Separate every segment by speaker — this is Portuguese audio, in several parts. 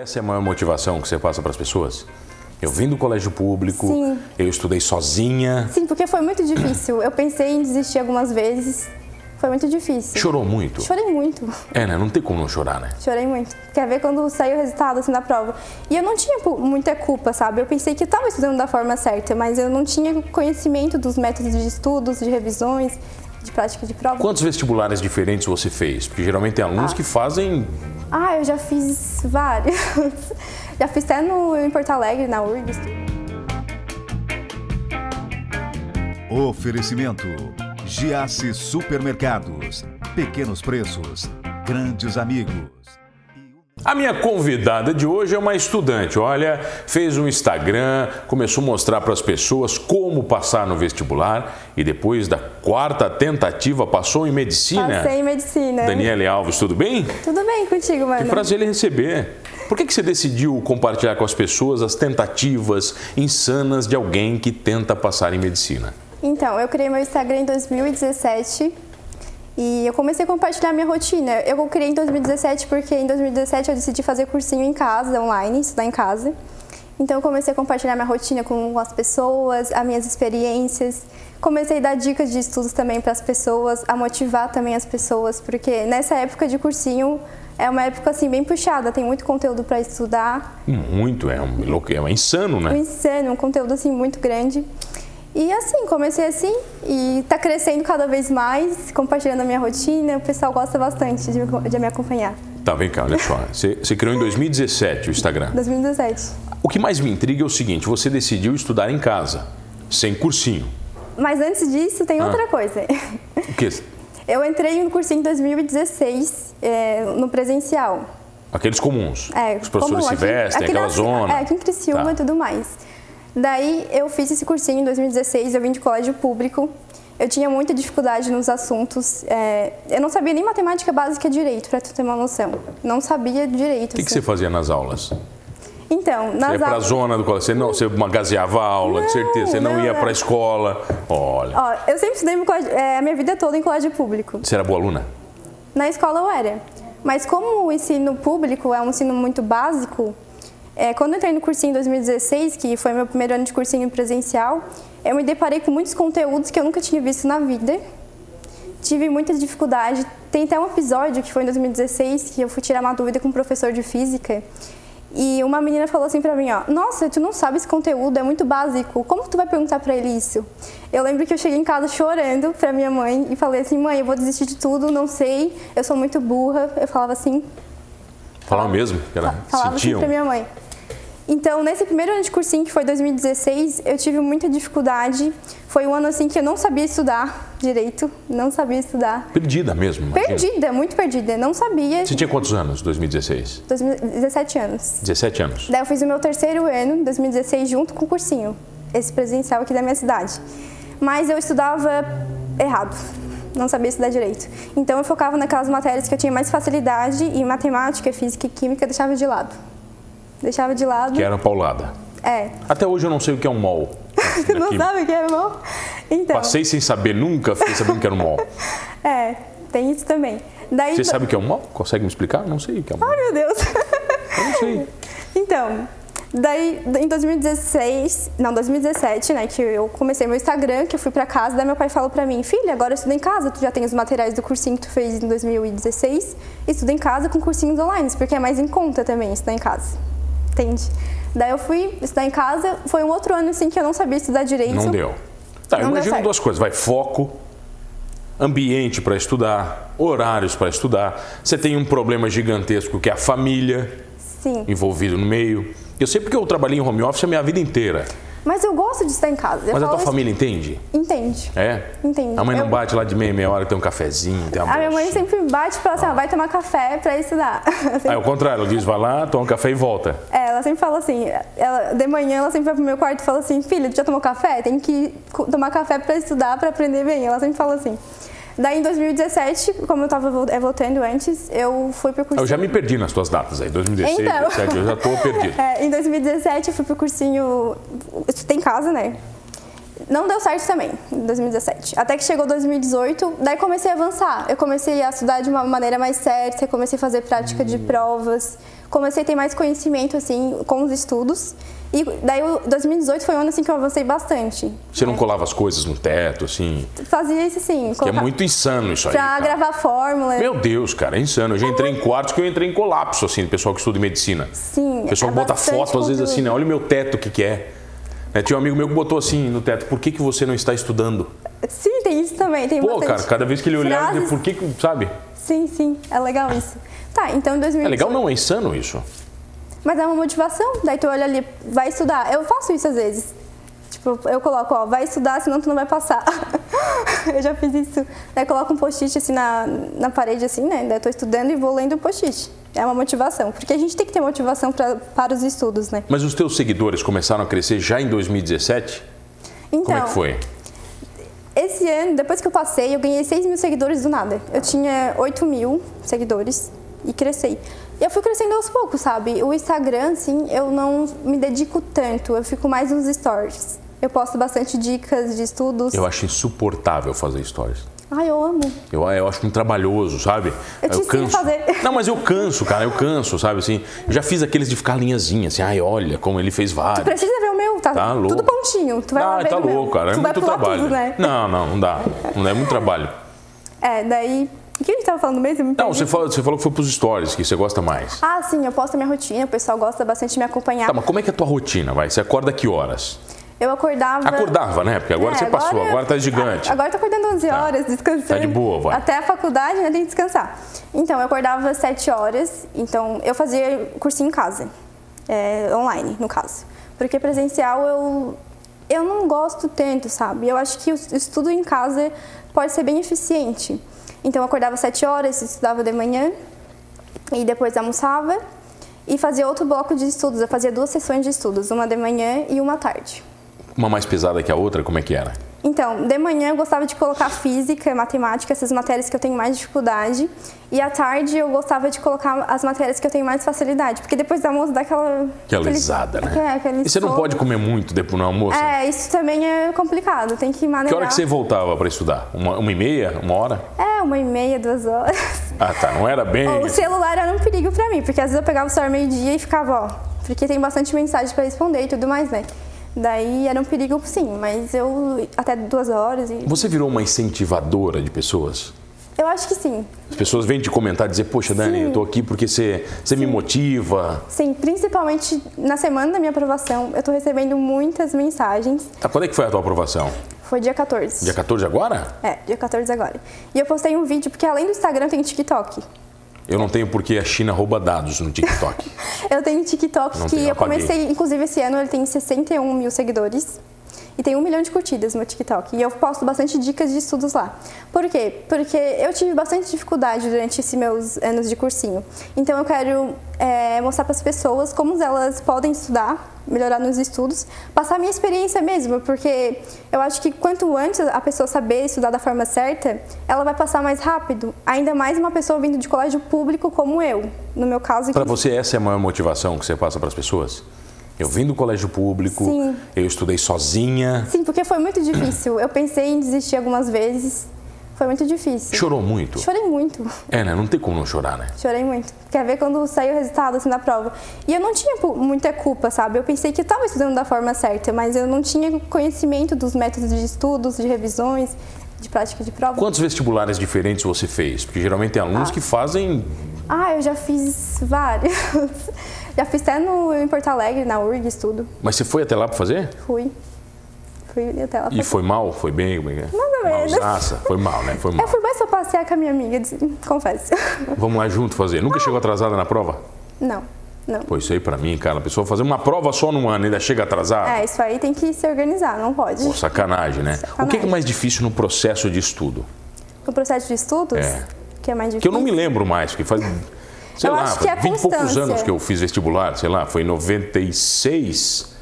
Speaker 1: Essa é a maior motivação que você passa para as pessoas? Eu vim do colégio público,
Speaker 2: Sim.
Speaker 1: eu estudei sozinha,
Speaker 2: Sim, porque foi muito difícil. Eu pensei em desistir algumas vezes. Foi muito difícil.
Speaker 1: chorou muito.
Speaker 2: Chorei muito.
Speaker 1: É, né? Não tem como não chorar, né?
Speaker 2: Chorei muito. Quer ver quando saiu o resultado assim da prova? E eu não tinha pu- muita culpa, sabe? Eu pensei que eu estava estudando da forma certa, mas eu não tinha conhecimento dos métodos de estudos, de revisões, de prática de prova.
Speaker 1: Quantos vestibulares diferentes você fez? Porque geralmente tem alunos que fazem.
Speaker 2: Ah, eu já fiz vários. já fiz até no, em Porto Alegre, na URGS.
Speaker 3: Oferecimento: Giasse Supermercados. Pequenos preços, grandes amigos.
Speaker 1: A minha convidada de hoje é uma estudante. Olha, fez um Instagram, começou a mostrar para as pessoas como passar no vestibular e depois da quarta tentativa passou em medicina.
Speaker 2: Passei em medicina.
Speaker 1: Daniele Alves, tudo bem?
Speaker 2: Tudo bem contigo, mano?
Speaker 1: Que prazer lhe é receber. Por que, que você decidiu compartilhar com as pessoas as tentativas insanas de alguém que tenta passar em medicina?
Speaker 2: Então, eu criei meu Instagram em 2017 e eu comecei a compartilhar minha rotina. Eu criei em 2017 porque em 2017 eu decidi fazer cursinho em casa, online, estudar em casa. Então, eu comecei a compartilhar minha rotina com as pessoas, as minhas experiências. Comecei a dar dicas de estudos também para as pessoas, a motivar também as pessoas, porque nessa época de cursinho é uma época assim bem puxada, tem muito conteúdo para estudar.
Speaker 1: Muito, é um louco, é um insano,
Speaker 2: Um
Speaker 1: né?
Speaker 2: insano, um conteúdo assim muito grande. E assim, comecei assim e tá crescendo cada vez mais, compartilhando a minha rotina, o pessoal gosta bastante de me, de me acompanhar.
Speaker 1: Tá, vem cá, olha só. Você, você criou em 2017 o Instagram.
Speaker 2: 2017.
Speaker 1: O que mais me intriga é o seguinte: você decidiu estudar em casa, sem cursinho.
Speaker 2: Mas antes disso, tem outra coisa.
Speaker 1: O quê?
Speaker 2: Eu entrei no cursinho em 2016, é, no presencial.
Speaker 1: Aqueles comuns.
Speaker 2: É,
Speaker 1: Os professores
Speaker 2: comum,
Speaker 1: se
Speaker 2: aqui-
Speaker 1: vestem,
Speaker 2: aqui
Speaker 1: aquela
Speaker 2: na-
Speaker 1: zona.
Speaker 2: É, aqui em Criciúma
Speaker 1: Tá.
Speaker 2: e tudo mais. Daí eu fiz esse cursinho em 2016, eu vim de colégio público. Eu tinha muita dificuldade nos assuntos. é, eu não sabia nem matemática básica direito, pra tu ter uma noção. Não sabia direito. assim.
Speaker 1: O que, que você fazia nas aulas?
Speaker 2: Então,
Speaker 1: Você
Speaker 2: nas
Speaker 1: ia pra
Speaker 2: aulas.
Speaker 1: zona do colégio. Você não, você magazeava a aula, de
Speaker 2: Não,
Speaker 1: certeza. Você não,
Speaker 2: não,
Speaker 1: ia
Speaker 2: não.
Speaker 1: pra escola. Olha.
Speaker 2: Ó, eu sempre estudei no colégio- é, a minha vida toda em colégio público.
Speaker 1: Você era boa aluna?
Speaker 2: Na escola eu era. Mas como o ensino público é um ensino muito básico, é, quando eu entrei no cursinho em 2016, que foi meu primeiro ano de cursinho presencial, eu me deparei com muitos conteúdos que eu nunca tinha visto na vida. Tive muita dificuldade. Tem até um episódio que foi em 2016 que eu fui tirar uma dúvida com um professor de física. E uma menina falou assim pra mim, ó, nossa, tu não sabe esse conteúdo, é muito básico. Como que tu vai perguntar pra ele isso? Eu lembro que eu cheguei em casa chorando pra minha mãe e falei assim, mãe, eu vou desistir de tudo, não sei, eu sou muito burra. Eu falava assim,
Speaker 1: Falava mesmo? que Era,
Speaker 2: falava assim
Speaker 1: sentiam?
Speaker 2: pra minha mãe. Então, nesse primeiro ano de cursinho, que foi 2016, eu tive muita dificuldade. Foi um ano assim que eu não sabia estudar direito, não sabia estudar.
Speaker 1: Perdida mesmo. imagina.
Speaker 2: Perdida, muito perdida, não sabia.
Speaker 1: Você tinha quantos anos, 2016?
Speaker 2: 2017 anos.
Speaker 1: 17 anos.
Speaker 2: Daí eu fiz o meu terceiro ano, 2016, junto com o cursinho, esse presencial aqui da minha cidade. Mas eu estudava errado, não sabia estudar direito. Então eu focava naquelas matérias que eu tinha mais facilidade e matemática, física e química eu deixava de lado. Deixava de lado.
Speaker 1: Que era paulada.
Speaker 2: É.
Speaker 1: Até hoje eu não sei o que é um mol.
Speaker 2: Tu não
Speaker 1: Aqui,
Speaker 2: sabe o que é mol? Então.
Speaker 1: Passei sem saber nunca, fiquei sabendo que era um mol.
Speaker 2: É, tem isso também. Daí.
Speaker 1: Você sabe o que é um mol? Consegue me explicar? Não sei o que é um mol.
Speaker 2: Ai, meu Deus.
Speaker 1: Eu não sei.
Speaker 2: Então, daí em 2016, não, 2017, né, que eu comecei meu Instagram, que eu fui pra casa, daí meu pai falou pra mim, filha, agora estuda em casa, tu já tem os materiais do cursinho que tu fez em 2016, estuda em casa com cursinhos online, porque é mais em conta também estudar em casa. Entende? Daí eu fui estudar em casa, foi um outro ano assim que eu não sabia estudar direito.
Speaker 1: Não deu. Tá, eu
Speaker 2: Não deu
Speaker 1: imagino
Speaker 2: certo.
Speaker 1: duas coisas. Vai foco, ambiente para estudar, horários para estudar. Você tem um problema gigantesco que é a família
Speaker 2: Sim.
Speaker 1: envolvido no meio. Eu sei porque eu trabalhei em home office a minha vida inteira.
Speaker 2: Mas eu gosto de estar em casa. Eu
Speaker 1: Mas a
Speaker 2: falo
Speaker 1: tua
Speaker 2: isso-
Speaker 1: família entende?
Speaker 2: Entende.
Speaker 1: É?
Speaker 2: Entende.
Speaker 1: A mãe não
Speaker 2: Eu-
Speaker 1: bate lá de meia, em meia hora, tem um cafezinho, tem uma
Speaker 2: A minha mãe
Speaker 1: bolsa.
Speaker 2: sempre bate e fala assim, ó, vai tomar café pra estudar.
Speaker 1: Ah, é o contrário, ela diz, vai lá, toma um café e volta.
Speaker 2: É, ela sempre fala assim, ela, de manhã ela sempre vai pro meu quarto e fala assim, filha, tu já tomou café? Tem que co- tomar café pra estudar, pra aprender bem. Ela sempre fala assim. Daí em 2017, como eu tava vo- eh, voltando antes, eu fui pro cursinho.
Speaker 1: Ah, Eu já me perdi nas tuas datas aí, 2016, 2017, eu já tô perdido.
Speaker 2: Então. É, em 2017 eu fui pro cursinho, estudei em casa, né? Não deu certo também, em 2017. Até que chegou 2018, daí
Speaker 1: Hum.
Speaker 2: comecei a avançar. Eu comecei a estudar de uma maneira mais certa, comecei a fazer prática de provas, comecei a ter mais conhecimento assim com os estudos. E daí o 2018 foi um ano assim que eu avancei bastante.
Speaker 1: Você não colava as coisas no teto, assim?
Speaker 2: Fazia isso sim,
Speaker 1: Que é
Speaker 2: colocava-
Speaker 1: muito insano isso aí.
Speaker 2: pra
Speaker 1: cara.
Speaker 2: gravar fórmula.
Speaker 1: Meu Deus, cara, é insano. Eu já entrei em quartos que eu entrei em colapso, assim, do pessoal que estuda medicina.
Speaker 2: Sim,
Speaker 1: O pessoal
Speaker 2: é
Speaker 1: bota
Speaker 2: bastante
Speaker 1: foto, às vezes,
Speaker 2: conteúdo.
Speaker 1: assim, né? Olha o meu teto, o que que é. Né, tinha um amigo meu que botou assim no teto, por que, que você não está estudando?
Speaker 2: Sim, tem isso também, tem
Speaker 1: Pô,
Speaker 2: É bastante.
Speaker 1: cara, cada vez que ele olhava,
Speaker 2: Frases.
Speaker 1: por que que, sabe?
Speaker 2: Sim, sim, é legal isso. Tá, então em 2018.
Speaker 1: É legal, não, é insano isso.
Speaker 2: Mas é uma motivação. Daí tu olha ali, vai estudar. Eu faço isso às vezes. Tipo, eu coloco, ó, vai estudar, senão tu não vai passar. eu já fiz isso. Daí coloco um post-it assim na, na parede, assim, né? Daí eu tô estudando e vou lendo o post-it. É uma motivação. Porque a gente tem que ter motivação pra, para os estudos, né?
Speaker 1: Mas os teus seguidores começaram a crescer já em 2017?
Speaker 2: Então,
Speaker 1: Como é que foi?
Speaker 2: esse ano, depois que eu passei, eu ganhei 6 mil seguidores do nada. Eu tinha 8 mil seguidores e cresci. E eu fui crescendo aos poucos, sabe? O Instagram, assim, eu não me dedico tanto. Eu fico mais nos stories. Eu posto bastante dicas de estudos.
Speaker 1: Eu acho insuportável fazer stories.
Speaker 2: Ai, eu amo.
Speaker 1: Eu, eu acho muito trabalhoso, sabe?
Speaker 2: Eu te ensino a fazer.
Speaker 1: Não, mas eu canso, cara, eu canso, sabe? Assim, eu já fiz aqueles de ficar linhazinha, assim, ai, olha como ele fez vários.
Speaker 2: Precisa ver o meu, tá?
Speaker 1: Tá louco.
Speaker 2: Tudo pontinho. Tu vai lá
Speaker 1: ah,
Speaker 2: ver
Speaker 1: tá
Speaker 2: o meu.
Speaker 1: louco, cara. É
Speaker 2: Tu vai
Speaker 1: muito
Speaker 2: pular
Speaker 1: trabalho.
Speaker 2: tudo, né?
Speaker 1: Não, não, não dá. Não dá, é muito trabalho.
Speaker 2: É, daí... O que a gente tava falando mesmo? Eu me
Speaker 1: Não,
Speaker 2: perdi.
Speaker 1: você falou, você falou que foi pros stories, que você gosta mais.
Speaker 2: Ah, sim, eu posto a minha rotina. O pessoal gosta bastante de me acompanhar.
Speaker 1: Tá, mas como é que é a tua rotina, vai? Você acorda que horas?
Speaker 2: Eu acordava...
Speaker 1: Acordava, né? Porque agora
Speaker 2: É,
Speaker 1: você passou, agora tá gigante.
Speaker 2: Agora eu Ah, tô acordando 11 horas, descansando.
Speaker 1: Tá de boa, vai.
Speaker 2: Até a faculdade, né, tem que descansar. Então, eu acordava às 7 horas, então eu fazia cursinho em casa. é, online, no caso. Porque presencial eu, eu não gosto tanto, sabe? Eu acho que o estudo em casa pode ser bem eficiente. Então, eu acordava às 7 horas, estudava de manhã, e depois almoçava e fazia outro bloco de estudos. Eu fazia duas sessões de estudos, uma de manhã e uma à tarde.
Speaker 1: Uma mais pesada que a outra, como é que era?
Speaker 2: Então, de manhã eu gostava de colocar física, matemática, essas matérias que eu tenho mais dificuldade. E à tarde eu gostava de colocar as matérias que eu tenho mais facilidade, porque depois da almoço dá aquela.
Speaker 1: Aquela
Speaker 2: aquele-
Speaker 1: lisada, né?
Speaker 2: É, aquele
Speaker 1: e você não
Speaker 2: sono.
Speaker 1: pode comer muito depois no almoço? né?
Speaker 2: É, isso também é complicado, tem que manejar.
Speaker 1: Que hora que você voltava pra estudar? Uma, uma e meia? Uma hora?
Speaker 2: É, uma e meia, duas horas.
Speaker 1: Ah, tá. Não era bem.
Speaker 2: o celular era um perigo pra mim, porque às vezes eu pegava o celular meio-dia e ficava, ó. Porque tem bastante mensagem pra responder e tudo mais, né? Daí era um perigo, sim, mas eu. Até duas horas e.
Speaker 1: Você virou uma incentivadora de pessoas?
Speaker 2: Eu acho que sim.
Speaker 1: As pessoas vêm te comentar e dizer, poxa, Dani, eu tô aqui porque você, você me motiva.
Speaker 2: Sim, principalmente na semana da minha aprovação, eu tô recebendo muitas mensagens.
Speaker 1: Tá, quando é que foi a tua aprovação?
Speaker 2: Foi dia 14.
Speaker 1: Dia 14 agora?
Speaker 2: É, dia 14 agora. E eu postei um vídeo, porque além do Instagram, tem TikTok.
Speaker 1: Eu não tenho porque a China rouba dados no TikTok.
Speaker 2: Eu tenho um TikTok
Speaker 1: Não
Speaker 2: que
Speaker 1: tem, eu
Speaker 2: eu
Speaker 1: apaguei.
Speaker 2: comecei, inclusive esse ano, ele tem 61 mil seguidores. E tem um milhão de curtidas no TikTok. E eu posto bastante dicas de estudos lá. Por quê? Porque eu tive bastante dificuldade durante esses meus anos de cursinho. Então eu quero é, mostrar para as pessoas como elas podem estudar, melhorar nos estudos, passar a minha experiência mesmo. Porque eu acho que quanto antes a pessoa saber estudar da forma certa, ela vai passar mais rápido. Ainda mais uma pessoa vindo de colégio público como eu. No meu caso,
Speaker 1: Pra
Speaker 2: que
Speaker 1: você, essa é a maior motivação que você passa pras pessoas? Eu vim do colégio público,
Speaker 2: Sim.
Speaker 1: eu estudei sozinha.
Speaker 2: Sim, porque foi muito difícil. Eu pensei em desistir algumas vezes. Foi muito difícil.
Speaker 1: Chorou muito?
Speaker 2: Chorei muito.
Speaker 1: É, né? Não tem como não chorar, né?
Speaker 2: Chorei muito. Quer ver quando saiu o resultado assim da prova? E eu não tinha pu- muita culpa, sabe? Eu pensei que eu estava estudando da forma certa, mas eu não tinha conhecimento dos métodos de estudos, de revisões, de prática de prova.
Speaker 1: Quantos vestibulares diferentes você fez? Porque geralmente tem alunos que fazem.
Speaker 2: Ah, eu já fiz vários. já fiz até no, em Porto Alegre, na URG, estudo.
Speaker 1: Mas você foi até lá pra fazer?
Speaker 2: Fui. Fui até lá.
Speaker 1: E foi mal? Foi bem? Como é que é?
Speaker 2: ou menos.
Speaker 1: Malzaça? Foi mal, né? Foi mal.
Speaker 2: Eu fui mais só passear com a minha amiga, assim, confesso.
Speaker 1: Vamos lá junto fazer. Nunca chegou atrasada na prova?
Speaker 2: não, não.
Speaker 1: Pô, isso aí pra mim, cara, a pessoa fazer uma prova só num ano e ainda chega atrasada.
Speaker 2: É, isso aí tem que se organizar, não pode.
Speaker 1: Pô, sacanagem, né? O que é que é mais difícil no processo de estudo?
Speaker 2: No processo de estudos,
Speaker 1: É.
Speaker 2: que é mais difícil.
Speaker 1: Que eu não me lembro mais, porque faz. Sei
Speaker 2: Eu
Speaker 1: lá,
Speaker 2: acho que é a
Speaker 1: 20 e poucos
Speaker 2: constância.
Speaker 1: anos que eu fiz vestibular, sei lá, foi em 96.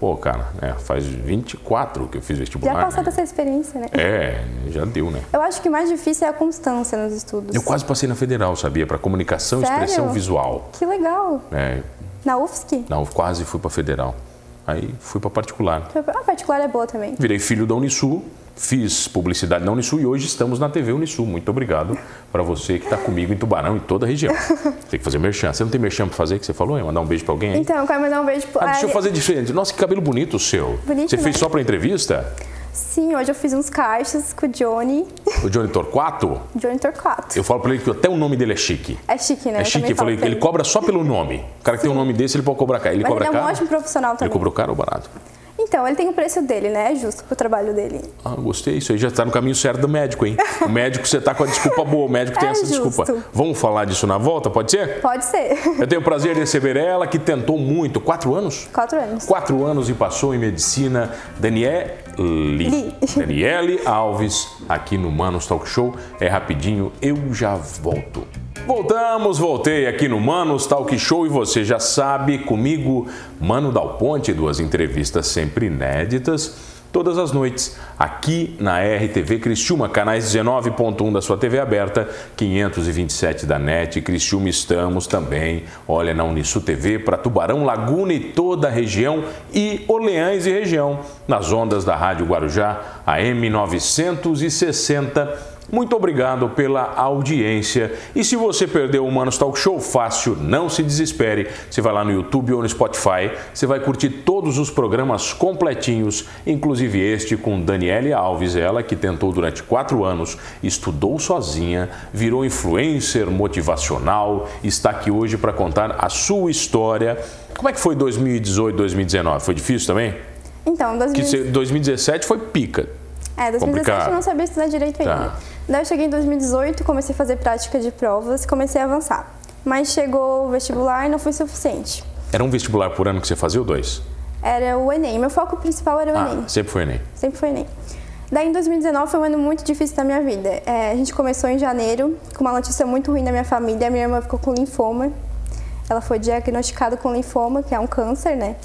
Speaker 1: Pô, cara, é, faz 24 que eu fiz
Speaker 2: Já
Speaker 1: vestibular.
Speaker 2: passou
Speaker 1: né?
Speaker 2: dessa experiência, né?
Speaker 1: É, já deu, né?
Speaker 2: Eu acho que o mais difícil é a constância nos estudos.
Speaker 1: Eu quase passei na federal, sabia? Pra comunicação e
Speaker 2: Sério?
Speaker 1: expressão visual.
Speaker 2: Que legal.
Speaker 1: É,
Speaker 2: Na UFSC?
Speaker 1: não, eu quase fui pra federal. Aí fui pra particular.
Speaker 2: A particular é boa também.
Speaker 1: Virei filho da Unisul, fiz publicidade na Unisul e hoje estamos na TV Unisul. Muito obrigado para você que está comigo em Tubarão, em toda a região. Tem que fazer merchan. Você não tem merchan para fazer que você falou? Hein? Mandar um beijo para alguém? Aí?
Speaker 2: Então, eu quero mandar um beijo pro.
Speaker 1: Ah, deixa eu
Speaker 2: Ari-
Speaker 1: fazer diferente. Nossa, que cabelo bonito o seu.
Speaker 2: Bonito,
Speaker 1: você fez
Speaker 2: né?
Speaker 1: só para entrevista?
Speaker 2: Sim, hoje eu fiz uns caixas com o Johnny,
Speaker 1: O Johnny Torquato?
Speaker 2: Johnny Torquato.
Speaker 1: Eu falo para ele que até o nome dele é chique.
Speaker 2: É chique, né?
Speaker 1: É
Speaker 2: Eu
Speaker 1: chique,
Speaker 2: também
Speaker 1: eu falei
Speaker 2: falo
Speaker 1: que
Speaker 2: pra
Speaker 1: ele cobra só pelo nome. O cara que tem um nome desse, ele pode cobrar caro. Ele
Speaker 2: Mas
Speaker 1: cobra
Speaker 2: ele é um
Speaker 1: caro.
Speaker 2: ótimo profissional
Speaker 1: Ele
Speaker 2: também.
Speaker 1: cobrou caro ou barato?
Speaker 2: Então, ele tem o preço dele, né? É justo pro trabalho dele.
Speaker 1: Ah, gostei. Isso aí já está no caminho certo do médico, hein? O médico, você tá com a desculpa boa. O médico tem
Speaker 2: É
Speaker 1: essa desculpa.
Speaker 2: justo.
Speaker 1: Vamos falar disso na volta, pode ser?
Speaker 2: Pode ser.
Speaker 1: Eu tenho o prazer de receber ela, que tentou muito. Quatro anos?
Speaker 2: Quatro anos.
Speaker 1: Quatro anos e passou em medicina. Daniele.
Speaker 2: Li.
Speaker 1: Daniele Alves, aqui no Manos Talk Show. É rapidinho, eu já volto. Voltamos, voltei aqui no Manos Talk Show e você já sabe, comigo, Mano Dal Ponte, duas entrevistas sempre inéditas. Todas as noites, aqui na RTV Criciúma, canais 19.1 da sua TV aberta, 527 da NET, Criciúma estamos também, olha, na Unisu TV, para Tubarão, Laguna e toda a região, e Orleans e região, nas ondas da Rádio Guarujá, AM 960. Muito obrigado pela audiência. E se você perdeu o Manos Talk Show, fácil, não se desespere. Você vai lá no YouTube ou no Spotify, você vai curtir todos os programas completinhos, inclusive este com Daniele Alves, ela que tentou durante quatro anos, estudou sozinha, virou influencer motivacional, está aqui hoje para contar a sua história. Como é que foi 2018, 2019? Foi difícil também?
Speaker 2: Então,
Speaker 1: Que
Speaker 2: 2000...
Speaker 1: você- 2017 foi pica.
Speaker 2: É, 2017
Speaker 1: complicado.
Speaker 2: eu não sabia estudar direito
Speaker 1: Tá.
Speaker 2: ainda. Daí eu cheguei em 2018, comecei a fazer prática de provas, comecei a avançar. Mas chegou o vestibular e não foi suficiente.
Speaker 1: Era um vestibular por ano que você fazia ou dois?
Speaker 2: Era o Enem. Meu foco principal era o Enem.
Speaker 1: Ah, sempre foi Enem.
Speaker 2: Sempre foi Enem. Daí em 2019 foi um ano muito difícil da minha vida. É, a gente começou em janeiro com uma notícia muito ruim da minha família. Minha irmã ficou com linfoma. Ela foi diagnosticada com linfoma, que é um câncer, né?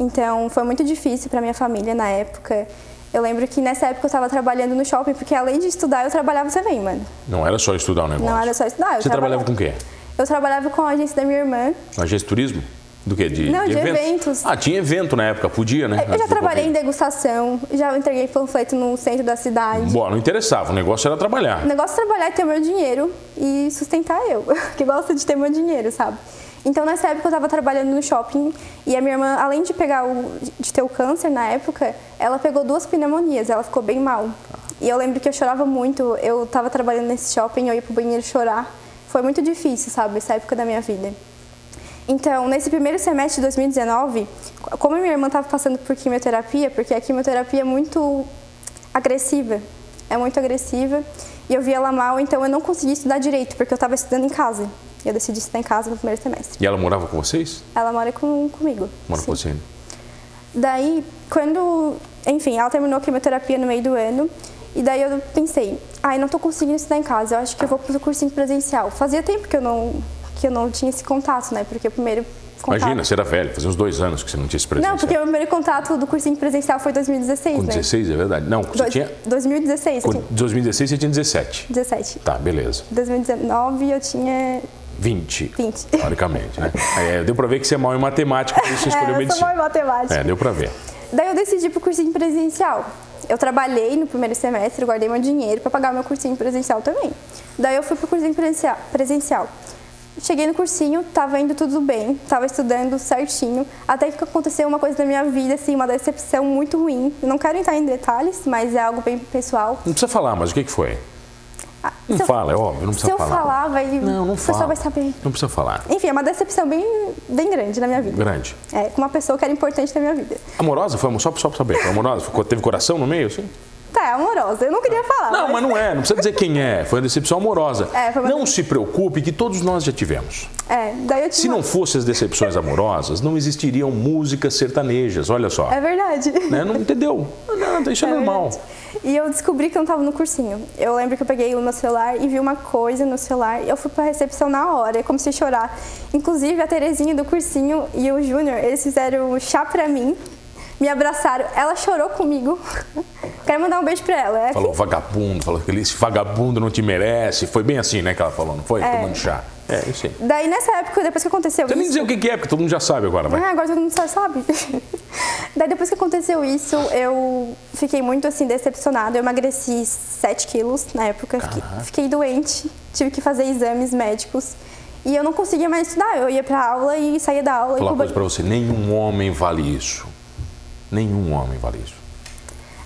Speaker 2: Então foi muito difícil para minha família na época. Eu lembro que nessa época eu estava trabalhando no shopping, porque além de estudar, eu trabalhava também, mano.
Speaker 1: Não era só estudar o negócio.
Speaker 2: Não era só estudar, eu
Speaker 1: Você trabalhava
Speaker 2: trabalhava.
Speaker 1: com o quê?
Speaker 2: Eu trabalhava com a agência da minha irmã.
Speaker 1: Agência de turismo? Do quê? De,
Speaker 2: Não, de eventos. É,
Speaker 1: Ah, tinha evento na época, podia, né?
Speaker 2: Eu já trabalhei em degustação, já entreguei panfleto no centro da cidade.
Speaker 1: Bom, não interessava, o negócio era
Speaker 2: O
Speaker 1: trabalhar.
Speaker 2: negócio é trabalhar e ter meu dinheiro e sustentar eu, que gosto de ter meu dinheiro, sabe? Então, nessa época, eu tava trabalhando no shopping e a minha irmã, além de pegar o, de ter o câncer na época, ela pegou duas pneumonias, ela ficou bem mal. E eu lembro que eu chorava muito, eu tava trabalhando nesse shopping, eu ia pro banheiro chorar. Foi muito difícil, sabe, essa época da minha vida. Então, nesse primeiro semestre de 2019, como a minha irmã estava passando por quimioterapia, porque a quimioterapia é muito agressiva, é muito agressiva, e eu vi ela mal, então eu não consegui estudar direito, porque eu estava estudando em casa. Eu decidi estudar em casa no primeiro semestre.
Speaker 1: E ela morava com vocês?
Speaker 2: Ela mora com, comigo.
Speaker 1: Mora
Speaker 2: Sim.
Speaker 1: com você. né?
Speaker 2: Daí, quando. Enfim, ela terminou a quimioterapia no meio do ano. E daí eu pensei, ai, não tô conseguindo estudar em casa, eu acho que eu vou pro cursinho presencial. Fazia tempo que eu não, que eu não tinha esse contato, né? Porque o primeiro contato.
Speaker 1: Imagina, você era velho, fazia uns dois anos que você não tinha esse presente.
Speaker 2: Não, porque o meu primeiro contato do cursinho presencial foi em 2016,
Speaker 1: Com
Speaker 2: né?
Speaker 1: 16, é verdade. Não, você
Speaker 2: Dois-
Speaker 1: tinha...
Speaker 2: 2016, eu
Speaker 1: Com
Speaker 2: tinha
Speaker 1: 2016 você tinha 17.
Speaker 2: 17.
Speaker 1: Tá, beleza.
Speaker 2: 2019 eu tinha
Speaker 1: 20.
Speaker 2: 20.
Speaker 1: Teoricamente, né? É, deu pra ver que você é mal em matemática, por isso você escolheu
Speaker 2: é, eu sou
Speaker 1: medicina.
Speaker 2: boa em matemática.
Speaker 1: É, deu pra ver.
Speaker 2: Daí eu decidi ir pro cursinho presencial. Eu trabalhei no primeiro semestre, guardei meu dinheiro para pagar meu cursinho presencial também. Daí eu fui pro cursinho presencia- presencial. Cheguei no cursinho, tava indo tudo bem, tava estudando certinho, até que aconteceu uma coisa na minha vida, assim, uma decepção muito ruim. Eu Não quero entrar em detalhes, mas é algo bem pessoal.
Speaker 1: Não precisa falar, mas o que, que foi?
Speaker 2: Ah,
Speaker 1: Não
Speaker 2: se eu-
Speaker 1: fala, é óbvio, não
Speaker 2: Se
Speaker 1: precisa
Speaker 2: eu
Speaker 1: falar.
Speaker 2: falar, vai,
Speaker 1: Não, não
Speaker 2: o pessoal
Speaker 1: fala.
Speaker 2: vai saber.
Speaker 1: Não precisa falar.
Speaker 2: Enfim, é uma decepção bem, bem grande na minha vida.
Speaker 1: Grande.
Speaker 2: É, com uma pessoa que era importante na minha vida.
Speaker 1: Amorosa? Foi amor- só, só pra saber. Foi amorosa? Ficou- teve coração no meio, assim?
Speaker 2: Tá, é amorosa. Eu não queria falar.
Speaker 1: Não, mas não é. Não precisa dizer quem é. Foi uma decepção amorosa.
Speaker 2: É, foi uma
Speaker 1: não se preocupe que todos nós já tivemos.
Speaker 2: É, daí eu tive
Speaker 1: Se
Speaker 2: uma-
Speaker 1: não fossem as decepções amorosas, não existiriam músicas sertanejas. Olha só.
Speaker 2: É verdade.
Speaker 1: Né? Não entendeu? Não, isso é,
Speaker 2: É
Speaker 1: normal.
Speaker 2: verdade. E eu descobri que eu não tava no cursinho. Eu lembro que eu peguei o meu celular e vi uma coisa no celular. E eu fui pra recepção na hora. Eu comecei a chorar. Inclusive, a Terezinha do cursinho e o Júnior, eles fizeram um chá pra mim. Me abraçaram. Ela chorou comigo. Quero mandar um beijo pra ela. É
Speaker 1: Falou vagabundo, falou que esse vagabundo não te merece. Foi bem assim, né, que ela falou, não foi? Tomando chá. É, isso aí.
Speaker 2: Daí nessa época, depois que aconteceu
Speaker 1: Você nem
Speaker 2: isso. né,
Speaker 1: dizer o que que é, porque todo mundo já sabe agora, vai.
Speaker 2: Ah, agora todo mundo só sabe. Daí depois que aconteceu isso, eu fiquei muito assim decepcionada. Eu emagreci 7 quilos na época, fiquei, fiquei doente, tive que fazer exames médicos. E eu não conseguia mais estudar. Eu ia pra aula e saía da aula. e
Speaker 1: Falar
Speaker 2: pro
Speaker 1: uma coisa
Speaker 2: banheiro.
Speaker 1: pra você, nenhum homem vale isso. Nenhum homem vale isso.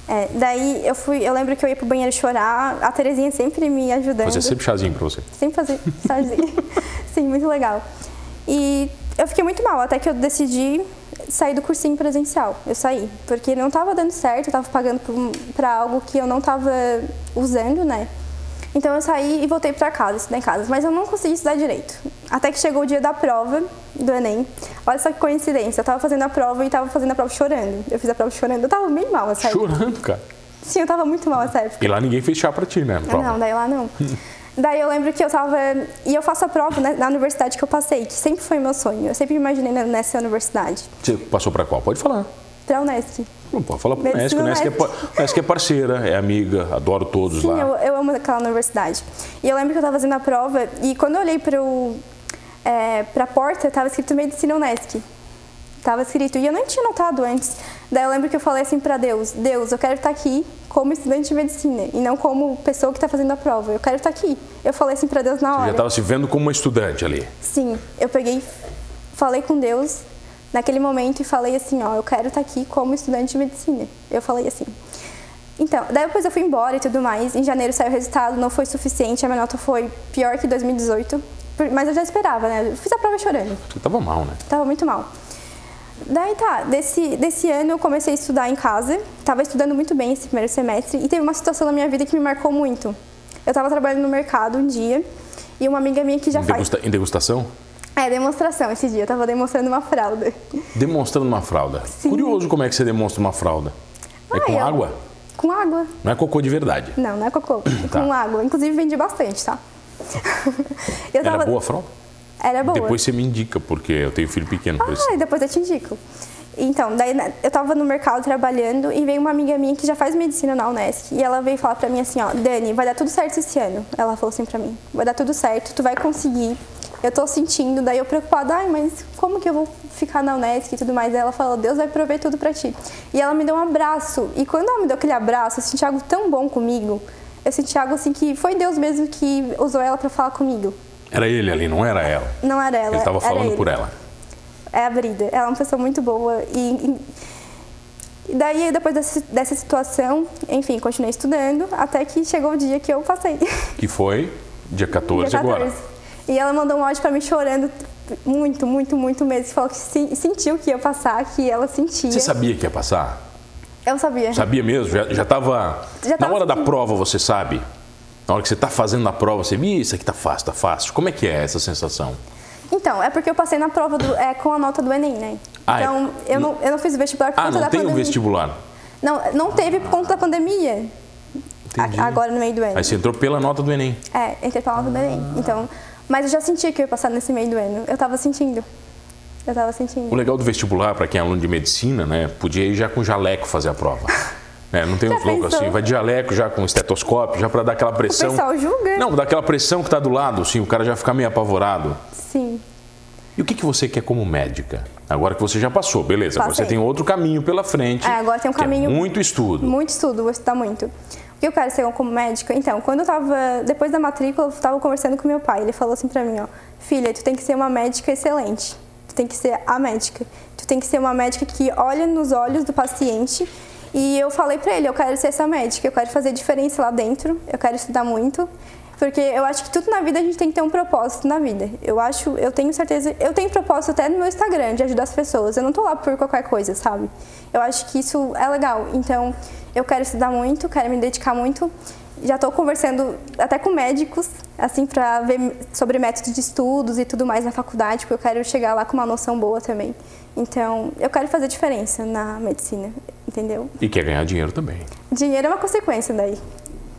Speaker 2: É, daí eu fui, eu lembro que eu ia pro banheiro chorar. A Terezinha sempre me ajudando.
Speaker 1: Fazer sempre chazinho pra você.
Speaker 2: Sem fazer sozinha. Sim, muito legal. E eu fiquei muito mal, até que eu decidi sair do cursinho presencial. Eu saí, porque não estava dando certo, eu tava pagando para algo que eu não estava usando, né? Então eu saí e voltei para casa, estudar em casa. Mas eu não consegui estudar direito. Até que chegou o dia da prova do Enem. Olha só que coincidência, eu tava fazendo a prova e tava fazendo a prova chorando. Eu fiz a prova chorando, eu tava bem mal essa época.
Speaker 1: Chorando, cara.
Speaker 2: Sim, eu tava muito mal essa época.
Speaker 1: E lá ninguém fez chá pra ti, né?
Speaker 2: Ah,
Speaker 1: Prova.
Speaker 2: Não, daí lá não. daí eu lembro que eu tava. E eu faço a prova né, na universidade que eu passei, que sempre foi meu sonho. Eu sempre me imaginei na- nessa universidade. Então, né,
Speaker 1: Você passou pra qual? Pode falar.
Speaker 2: Pra Unesc.
Speaker 1: Não pode falar pro
Speaker 2: Medicina
Speaker 1: Nesc, o Nesc é,
Speaker 2: Unesc.
Speaker 1: par- o Nesc é parceira, é amiga, adoro todos
Speaker 2: Sim,
Speaker 1: lá.
Speaker 2: eu, eu amo aquela universidade. E eu lembro que eu tava fazendo a prova e quando eu olhei pro, é, pra porta, tava escrito Medicina Unesc. Tava escrito. E eu nem tinha notado antes. Daí eu lembro que eu falei assim pra Deus: Deus, eu quero estar aqui como estudante de medicina e não como pessoa que tá fazendo a prova. Eu quero estar aqui. Eu falei assim pra Deus na
Speaker 1: Você
Speaker 2: hora.
Speaker 1: já estava se vendo como uma estudante ali.
Speaker 2: Sim, eu peguei, falei com Deus naquele momento e falei assim, ó, eu quero estar aqui como estudante de medicina. Eu falei assim. Então, daí depois eu fui embora e tudo mais. Em janeiro saiu o resultado, não foi suficiente, a minha nota foi pior que 2018. por- Mas eu já esperava, né? Eu fiz a prova chorando,
Speaker 1: Você estava mal, né?
Speaker 2: tava muito mal. Daí tá, desse, desse ano eu comecei a estudar em casa, tava estudando muito bem esse primeiro semestre e teve uma situação na minha vida que me marcou muito. Eu tava trabalhando no mercado um dia e uma amiga minha que já
Speaker 1: Em,
Speaker 2: faz.
Speaker 1: degusta- em degustação?
Speaker 2: É, demonstração esse dia. Eu tava demonstrando uma fralda.
Speaker 1: Demonstrando uma fralda. Curioso como é que você demonstra uma fralda. é
Speaker 2: Ah,
Speaker 1: com
Speaker 2: eu-
Speaker 1: água?
Speaker 2: Com água.
Speaker 1: Não é cocô de verdade.
Speaker 2: Não, não é cocô.
Speaker 1: Tá.
Speaker 2: Com água. Inclusive vendi bastante, tá? Eu
Speaker 1: Era é boa a fralda?
Speaker 2: Era boa.
Speaker 1: Depois você me indica, porque eu tenho filho pequeno. pois-
Speaker 2: Ah, e depois eu te indico. Então, daí né, eu tava no mercado trabalhando e veio uma amiga minha que já faz medicina na Unesc. E ela veio falar pra mim assim, ó, Dani, vai dar tudo certo esse ano. Ela falou assim pra mim, vai dar tudo certo, tu vai conseguir. Eu tô sentindo, daí eu preocupada, ai, mas como que eu vou ficar na Unesc e tudo mais? Daí ela falou, Deus vai prover tudo pra ti. E ela me deu um abraço. E quando ela me deu aquele abraço, eu senti algo tão bom comigo. Eu senti algo assim que foi Deus mesmo que usou ela pra falar comigo.
Speaker 1: Era ele ali, não era ela.
Speaker 2: Não era ela,
Speaker 1: ele estava
Speaker 2: era
Speaker 1: falando
Speaker 2: ele
Speaker 1: por ela.
Speaker 2: é a Brida. Ela é uma pessoa muito boa e, e daí depois dessa, dessa situação, enfim, continuei estudando até que chegou o dia que eu passei.
Speaker 1: Que foi dia 14,
Speaker 2: Dia
Speaker 1: é agora.
Speaker 2: 14. E ela mandou um áudio pra mim chorando muito, muito, muito mesmo. Falou que se- sentiu que ia passar, que ela sentia.
Speaker 1: Você sabia que ia passar?
Speaker 2: Eu sabia.
Speaker 1: Sabia mesmo? Já, já tava.
Speaker 2: Já
Speaker 1: na
Speaker 2: tava assim.
Speaker 1: hora da
Speaker 2: sentindo.
Speaker 1: prova, você sabe? Na hora que você tá fazendo a prova, você. Ih, isso aqui tá fácil, tá fácil. Como é que é essa sensação?
Speaker 2: Então, é porque eu passei na prova do- é, com a nota do Enem, né?
Speaker 1: Ah, é.
Speaker 2: então, eu não, eu não fiz o vestibular por
Speaker 1: Ah,
Speaker 2: conta
Speaker 1: não
Speaker 2: da
Speaker 1: tem o
Speaker 2: pandemia.
Speaker 1: vestibular.
Speaker 2: Não, não teve por conta da pandemia. A-
Speaker 1: Entendi.
Speaker 2: Agora no meio do ano.
Speaker 1: Aí você entrou pela nota do Enem.
Speaker 2: É, entrei pra nota do Enem. Então, mas eu já sentia que eu ia passar nesse meio do ano. Eu tava sentindo. Eu tava
Speaker 1: O
Speaker 2: sentindo.
Speaker 1: legal do vestibular, para quem é aluno de medicina, né? Podia ir já com jaleco fazer a prova. né, não tem
Speaker 2: Já
Speaker 1: uns loucos
Speaker 2: pensou?
Speaker 1: assim, vai de jaleco já com estetoscópio, já para dar aquela pressão.
Speaker 2: pessoal julga.
Speaker 1: Não, dá aquela pressão que tá do lado, assim, o cara já fica meio apavorado.
Speaker 2: Sim.
Speaker 1: E o que, que você quer como médica? Agora que você já passou, beleza. Agora
Speaker 2: Passei.
Speaker 1: Você tem outro caminho pela frente.
Speaker 2: É, agora tem um
Speaker 1: que é
Speaker 2: caminho-
Speaker 1: muito estudo.
Speaker 2: Muito estudo, vou estudar muito. O que eu quero ser como médica? Então, quando eu tava. Depois da matrícula, eu tava conversando com meu pai. Ele falou assim pra mim, ó. Filha, tu tem que ser uma médica excelente. Tu tem que ser a médica. Tu tem que ser uma médica que olha nos olhos do paciente. E eu falei pra ele, eu quero ser essa médica, eu quero fazer diferença lá dentro, eu quero estudar muito. Porque eu acho que tudo na vida a gente tem que ter um propósito na vida. Eu acho, eu tenho certeza, eu tenho propósito até no meu Instagram de ajudar as pessoas. Eu não tô lá por qualquer coisa, sabe? Eu acho que isso é legal. Então, eu quero estudar muito, quero me dedicar muito. Já tô conversando até com médicos, assim, pra ver sobre métodos de estudos e tudo mais na faculdade, porque eu quero chegar lá com uma noção boa também. Então, eu quero fazer diferença na medicina, entendeu?
Speaker 1: E quer ganhar dinheiro também.
Speaker 2: Dinheiro é uma consequência daí.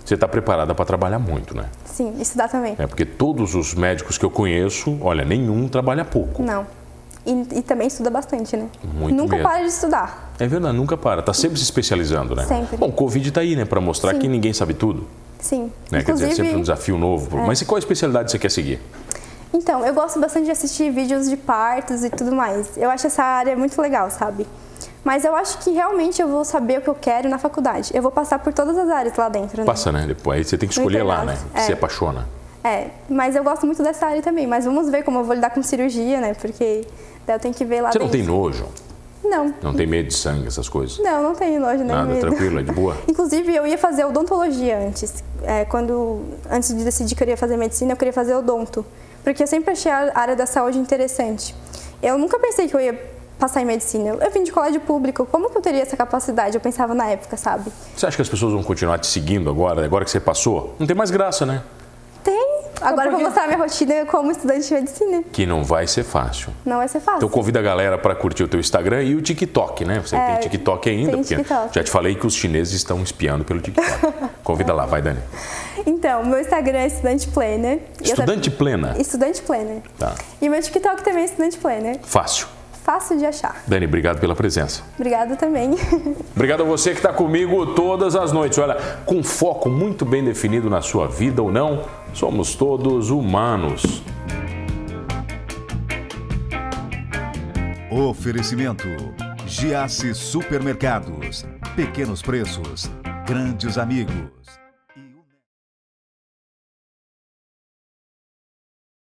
Speaker 1: Você está preparada para trabalhar muito, né?
Speaker 2: Sim, estudar também.
Speaker 1: É porque todos os médicos que eu conheço, olha, nenhum trabalha pouco.
Speaker 2: Não. E, e também estuda bastante, né?
Speaker 1: Muito
Speaker 2: Nunca
Speaker 1: mesmo.
Speaker 2: para de estudar.
Speaker 1: É verdade, nunca para. Tá sempre se especializando, né?
Speaker 2: Sempre.
Speaker 1: Bom, o Covid tá aí, né? Para mostrar
Speaker 2: Sim.
Speaker 1: que ninguém sabe tudo.
Speaker 2: Sim.
Speaker 1: Né? Quer dizer, é
Speaker 2: Inclusive, é.
Speaker 1: sempre um desafio novo. Mas e qual especialidade você quer seguir?
Speaker 2: então, eu gosto bastante de assistir vídeos de partos e tudo mais. Eu acho essa área muito legal, sabe? Mas eu acho que realmente eu vou saber o que eu quero na faculdade. Eu vou passar por todas as áreas lá dentro. né?
Speaker 1: Passa, né? Depois aí você tem que
Speaker 2: No
Speaker 1: escolher lá, né?
Speaker 2: internato,
Speaker 1: Que se
Speaker 2: é.
Speaker 1: apaixona.
Speaker 2: É, mas eu gosto muito dessa área também. Mas vamos ver como eu vou lidar com cirurgia, né? Porque daí eu tenho que ver lá
Speaker 1: Você não
Speaker 2: dentro.
Speaker 1: tem nojo,
Speaker 2: Não.
Speaker 1: não tem medo de sangue, essas coisas.
Speaker 2: Não, não tenho nojo, nem
Speaker 1: Nada,
Speaker 2: medo.
Speaker 1: tranquilo, é de boa.
Speaker 2: Inclusive, eu ia fazer odontologia antes. É, quando, antes de decidir que eu ia fazer medicina, eu queria fazer odonto. Porque eu sempre achei a área da saúde interessante. Eu nunca pensei que eu ia passar em medicina. Eu, eu vim de colégio público, como que eu teria essa capacidade? Eu pensava na época, sabe?
Speaker 1: Você acha que as pessoas vão continuar te seguindo agora, agora que você passou? Não tem mais graça, né?
Speaker 2: Tem! Agora eu vou
Speaker 1: porque-
Speaker 2: mostrar minha rotina como estudante de medicina.
Speaker 1: Que não vai ser fácil.
Speaker 2: Não vai ser fácil.
Speaker 1: Então convida a galera para curtir o teu Instagram e o TikTok, né? Você tem TikTok ainda,
Speaker 2: É, tem
Speaker 1: porque
Speaker 2: TikTok.
Speaker 1: já te falei que os chineses estão espiando pelo TikTok. Convida lá, vai, Dani.
Speaker 2: Então, meu Instagram é estudante planner. E eu
Speaker 1: Estudante plena.
Speaker 2: sab- Estudante planner.
Speaker 1: Tá.
Speaker 2: E meu TikTok também é estudante planner.
Speaker 1: Fácil.
Speaker 2: Fácil de achar.
Speaker 1: Dani, obrigado pela presença.
Speaker 2: Obrigada também.
Speaker 1: Obrigado a você que está comigo todas as noites. Olha, com foco muito bem definido na sua vida ou não, somos todos humanos.
Speaker 3: Oferecimento: Giasse Supermercados. Pequenos preços, grandes amigos.